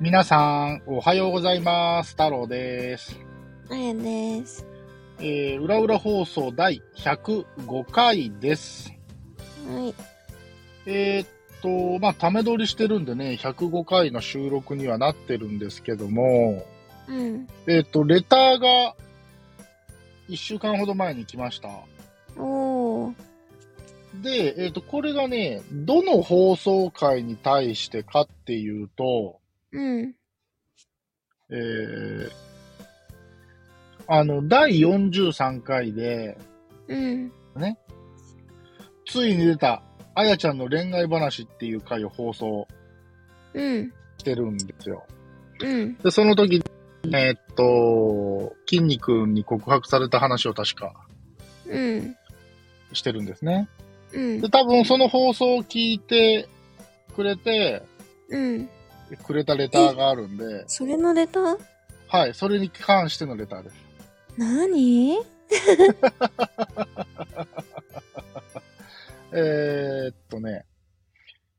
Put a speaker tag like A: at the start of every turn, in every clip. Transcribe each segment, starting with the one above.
A: 皆さん、おはようございます。太郎です。
B: あやです。
A: えー、裏裏放送第105回です。
B: はい。
A: えーっと、まあ、ため撮りしてるんでね、105回の収録にはなってるんですけども、
B: うん。
A: えーっと、レターが1週間ほど前に来ました。
B: おー。
A: で、えーっと、これがね、どの放送回に対してかっていうと、
B: うん。
A: えー、あの、第43回で、
B: うん。
A: ついに出た、あやちゃんの恋愛話っていう回を放送
B: うん。
A: してるんですよ。
B: うん。
A: で、その時、えーっと、筋肉に告白された話を確か
B: うん。
A: してるんですね。
B: うん
A: で、。多分その放送を聞いてくれて、
B: うん。
A: くれたレターがあるんで、
B: それのレター
A: はい、それに関してのレターです。
B: なに
A: えーっとね、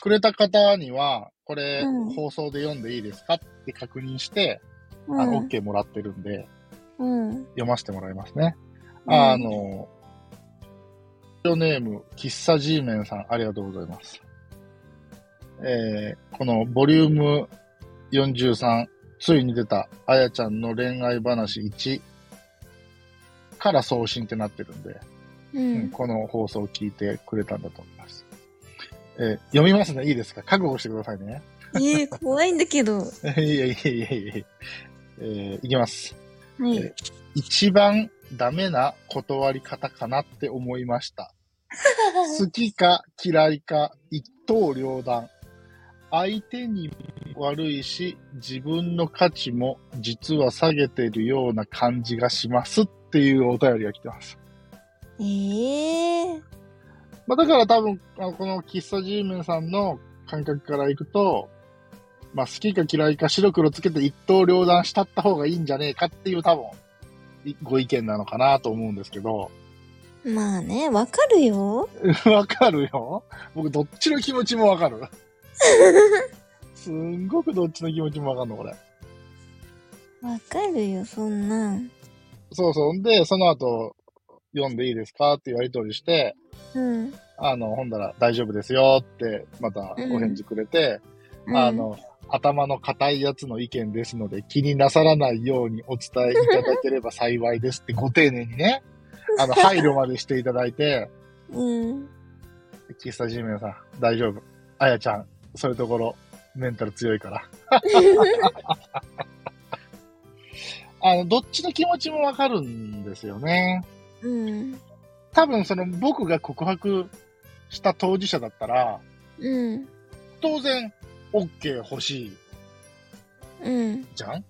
A: くれた方には、これ、
B: うん
A: 放送で読んでいいですかって確認して、
B: う
A: あの、
B: ん。
A: OK もらってるんで、
B: うん。
A: 読ませてもらいますね。
B: うん
A: あの、ラジオネーム、喫茶 G メンさん、ありがとうございます。えーこのボリューム43、ついに出た、あやちゃんの恋愛話1から送信ってなってるんで、
B: う
A: うん
B: ん。
A: この放送を聞いてくれたんだと思います。えー読みますね。いいですか覚悟してくださいね。
B: ええ、怖いんだけど。はい
A: やいやいやいやいやえーいきます。
B: い。
A: 一番ダメな断り方かなって思いました。好きか嫌いか一刀両断。相手にも悪いし、自分の価値も実は下げてるような感じがしますっていうお便りが来てます。
B: ええ。
A: まあ、だから多分、あのこの喫茶 G メンさんの感覚からいくと、まあ、好きか嫌いか白黒つけて一刀両断したった方がいいんじゃねえかっていう多分、いご意見なのかなと思うんですけど、
B: まあね、わかるよ。
A: わかるよ。僕、どっちの気持ちもわ かる。すんごくどっちの気持ちもわかるの、これ。
B: わかるよ、そんなん。
A: そうそう。んで、その後、読んでいいですかってやりとりして、
B: うん。
A: あの、ほんだら大丈夫ですよって、またお返事くれて、
B: うん
A: あ、の、頭の固いやつの意見ですので、気になさらないようにお伝えいただければ幸いですって、ご丁寧にね、あの、配慮までしていただいて、
B: うん。
A: 喫茶ジメンさん、大丈夫。あやちゃん、そういうところ、メンタル強いから。あの、どっちの気持ちもわかるんですよね。
B: うん。
A: 多分、その、僕が告白した当事者だったら、
B: うん。
A: 当然、OK 欲しい
B: うん。
A: じゃん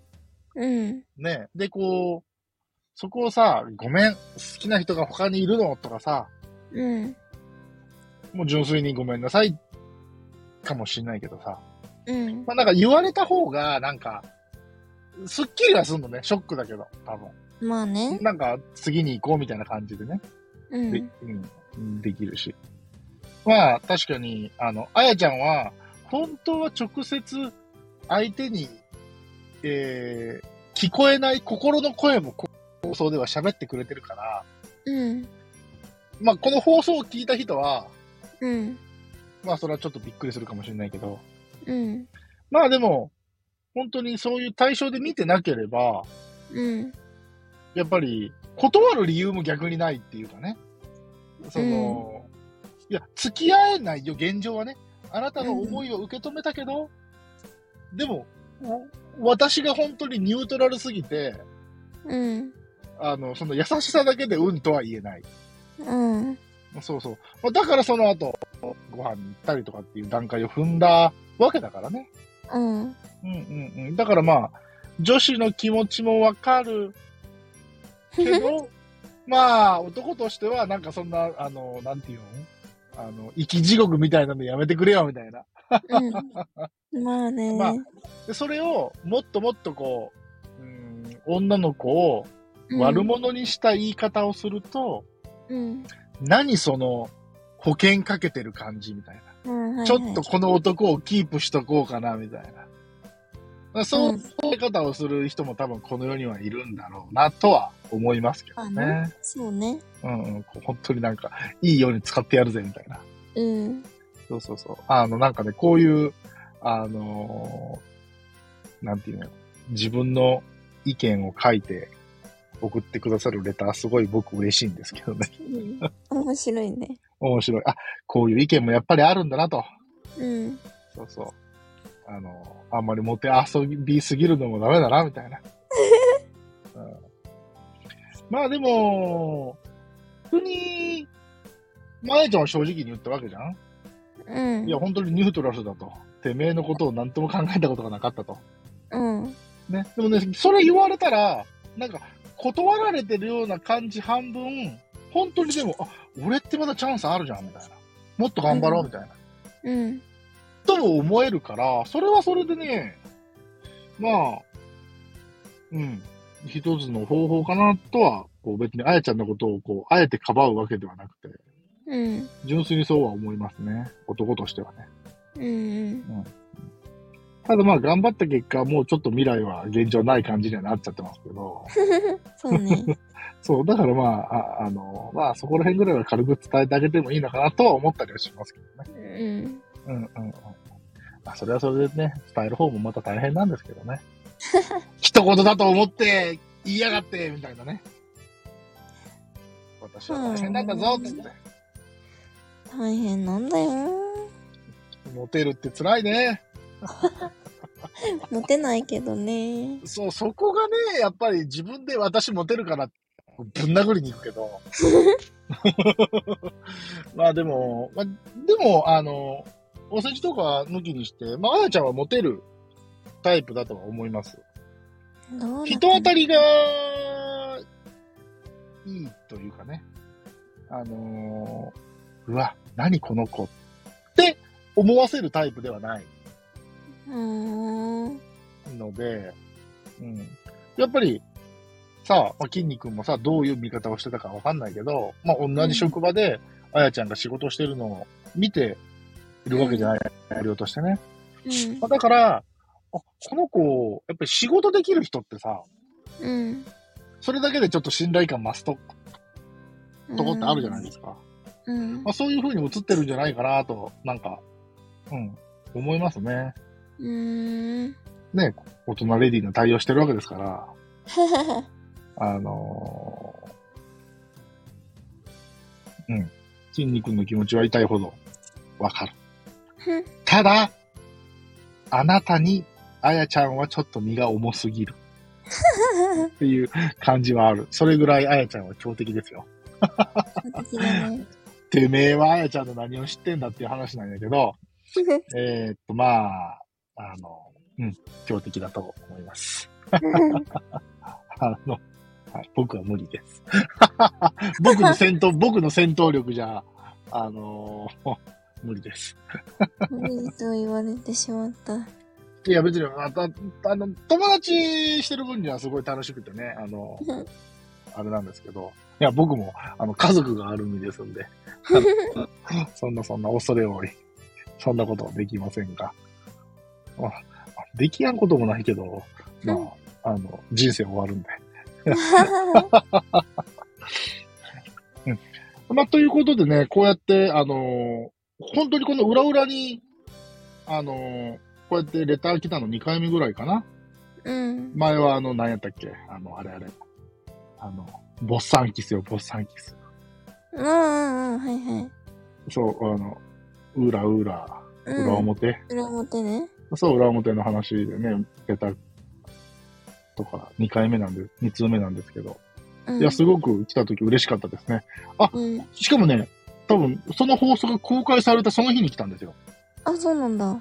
B: うん。
A: ねえで、こう、そこをさ、ごめん、好きな人が他にいるのとかさ、
B: うん。
A: もう純粋にごめんなさい、かもしんないけどさ。
B: うん。
A: まあ、なんか言われた方が、なんか、すっきりはすんのね。ショックだけど、多分。
B: まあね。
A: なんか、次に行こうみたいな感じでね。
B: う
A: で
B: ん。
A: うん、できるし。まあ、確かに、あの、あやちゃんは、本当は直接、相手に、えー、聞こえない心の声も、こ放送では喋ってくれてるから、
B: うん。
A: まあ、この放送を聞いた人は、
B: うん。
A: まあ、それはちょっとびっくりするかもしれないけど、
B: うん。
A: まあでも、本当にそういう対象で見てなければ、
B: うん。
A: やっぱり、断る理由も逆にないっていうかね。その、いや、付き合えないよ、現状はね。あなたの思いを受け止めたけど、でも、お私が本当にニュートラルすぎて、
B: うん。
A: あの、その優しさだけでうんとは言えない。
B: うん。
A: そうそう。まあだからその後、ご飯に行ったりとかっていう段階を踏んだわけだからね。
B: うん。
A: うんうんうん。だからまあ、女子の気持ちもわかる けど、まあ、男としては、なんかそんな、あの、なんていうのあの、生き地獄みたいなのやめてくれよ、みたいな。
B: うん。まあね。
A: まあで、それを、もっともっとこう、うん、女の子を悪者にした言い方をすると、
B: うん。
A: 何その、保険かけてる感じみたいな。
B: うん。
A: ちょっとこの男をキープしとこうかな、みたいな。らそううんいう方をする人も多分この世にはいるんだろうなとは思いますけど
B: まあ
A: ね。
B: そうね。
A: うんうん、こう本当になんかいいように使ってやるぜみたいな。
B: うん。
A: そうそうそう。あの、なんかね、こういう、あのーなんていうの自分の意見を書いて送ってくださるレター、すごい僕嬉しいんですけどね。
B: うん、面白いね。
A: 面白い。あ、こういう意見もやっぱりあるんだなと。
B: うん。
A: そうそう。あのーあんまりモテ遊びすぎるのもダメだな、みたいな。うんまあでも、本当に、まやちゃんは正直に言ったわけじゃん
B: うん。
A: いや、本当にニュートラルだと。てめえのことを何とも考えたことがなかったと。
B: うん。
A: ね。でもね、それ言われたら、なんか、断られてるような感じ半分、本当にでも、あ、俺ってまだチャンスあるじゃん、みたいな。もっと頑張ろう、みたいな。
B: うん。
A: とも思えるから、それはそれでね、まあ、うん、一つの方法かなとは、こう別にあやちゃんのことを、こう、あえてかばうわけではなくて、
B: うん。
A: 純粋にそうは思いますね。男としてはね。
B: うん。
A: ただまあ頑張った結果、もうちょっと未来は現状ない感じにはなっちゃってますけど、
B: そうね。
A: そう、だからまあ、ああの、まあそこら辺ぐらいは軽く伝えてあげてもいいのかなとは思ったりはしますけどね。
B: うん。
A: うんうんうん。まあそれはそれでね、伝える方もまた大変なんですけどね。 一言だと思って、言いやがって、みたいなね。私は大変なんだぞ、つって。
B: 大変なんだよ。
A: モテるって辛いね。
B: モテないけどね。
A: そう、そこがね、やっぱり自分で私モテるから、ぶん殴りに行くけど。まあでも、まあ、でも、あの、お世辞とか抜きにして、まあ、あやちゃんはモテるタイプだとは思います。
B: どうだ
A: 人
B: ったの
A: 当たりが、いいというかね。あのーうわ、何この子って思わせるタイプではない。
B: うーん。
A: ので、うん、やっぱりさ、まあ、筋肉もさ、どういう見方をしてたかわかんないけど、まあ、同じ職場で、あやちゃんが仕事をしてるのを見ているわけじゃない、やりようとしてね。
B: うん
A: まあ、だから、あこの子、やっぱり仕事できる人ってさ、
B: うん。
A: それだけでちょっと信頼感増すととこってあるじゃないですか。
B: うん
A: まあ、。そういう風に映ってるんじゃないかなと、なんか、うん、思いますね。
B: うーん。
A: ね、大人レディーの対応してるわけですから。あのー、うん。筋肉の気持ちは痛いほどわかる。ただ、あなたに、あやちゃんはちょっと荷が重すぎるっていう感じはある。それぐらいあやちゃんは強敵ですよ。
B: 私だね。
A: てめえはあやちゃんの何を知ってんだっていう話なんやけど、えーっと、まあ、あの、うん、強敵だと思います。 あの、はい、僕は無理です。 僕の戦闘、僕の戦闘力じゃ、あのー 無理です。
B: 無理と言われてしまった。
A: いや、別に、あたあの、友達してる分にはすごい楽しくてね、あの、あれなんですけど、いや、僕も、あの、家族がある身ですんで、そんなそんな恐れ多い、そんなことはできませんが、まあできやんこともないけど、まあ、あの、人生終わるんで。まあ、ということでね、こうやって、あのー本当にこの裏裏に、あのーこうやってレター来たの2回目ぐらいかな。
B: うん。
A: 前はあの、何やったっけあの、あれあれ。あの、ボッサンキスよ、ボッサンキス。
B: うんうんうん、はいはい。
A: そう、あの、裏裏、
B: うん
A: 裏表。
B: 裏表ね。
A: そう、裏表の話でね、レターとか2回目なんで、2通目なんですけど。
B: うん、
A: いや、すごく来た時嬉しかったですね。
B: うん。
A: しかもね、多分、その放送が公開されたその日に来たんですよ。
B: あ、そうなんだ。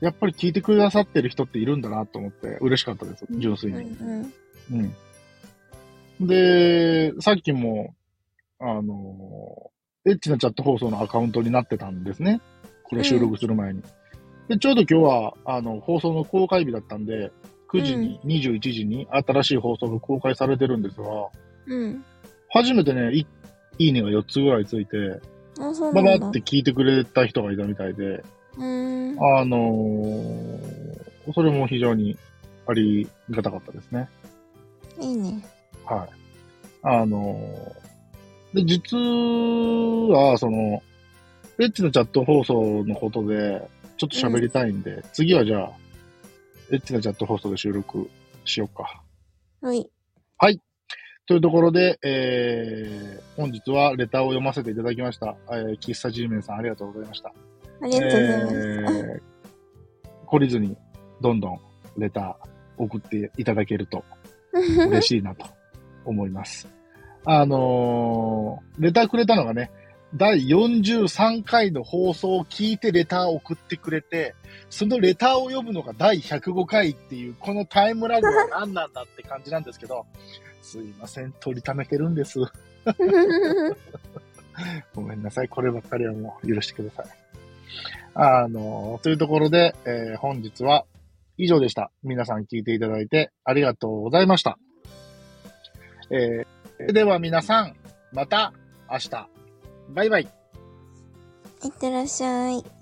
A: やっぱり聞いてくださってる人っているんだなと思って、嬉しかったです、純粋
B: うん
A: に。
B: うん。
A: うん。で、さっきも、あの、エッチなチャット放送のアカウントになってたんですね。これ収録する前に。で、ちょうど今日は、あの、放送の公開日だったんで、9時に、21時に新しい放送が公開されてるんですが、
B: うん。
A: 初めてね、いいいねが4つぐらいついて、
B: あ、そうな
A: バ
B: ん
A: バ
B: だ。
A: って聞いてくれた人がいたみたいで、
B: うーん。
A: あのーそれも非常にありがたかったですね。
B: いいね。
A: はい。あのーで、実は、その、エッチなチャット放送のことで、ちょっと喋りたいんで、次はじゃあ、エッチなチャット放送で収録しようか。
B: はい。
A: というところで、えー、本日はレターを読ませていただきました。えー、喫茶ジーメンさんありがとうございました。
B: ありがとうございます。
A: えー懲りずに、どんどんレター送っていただけると嬉しいなと思います。あのーレターくれたのがね、第43回の放送を聞いてレターを送ってくれて、そのレターを読むのが第105回っていう、このタイムラグは何なんだって感じなんですけど、すいません、取りためてるんです。ごめんなさい。こればっかりはもう許してください。あの、というところで、えー本日は以上でした。皆さん聞いていただいてありがとうございました。えーでは皆さん、また明日。バイバイ。
B: いってらっしゃい。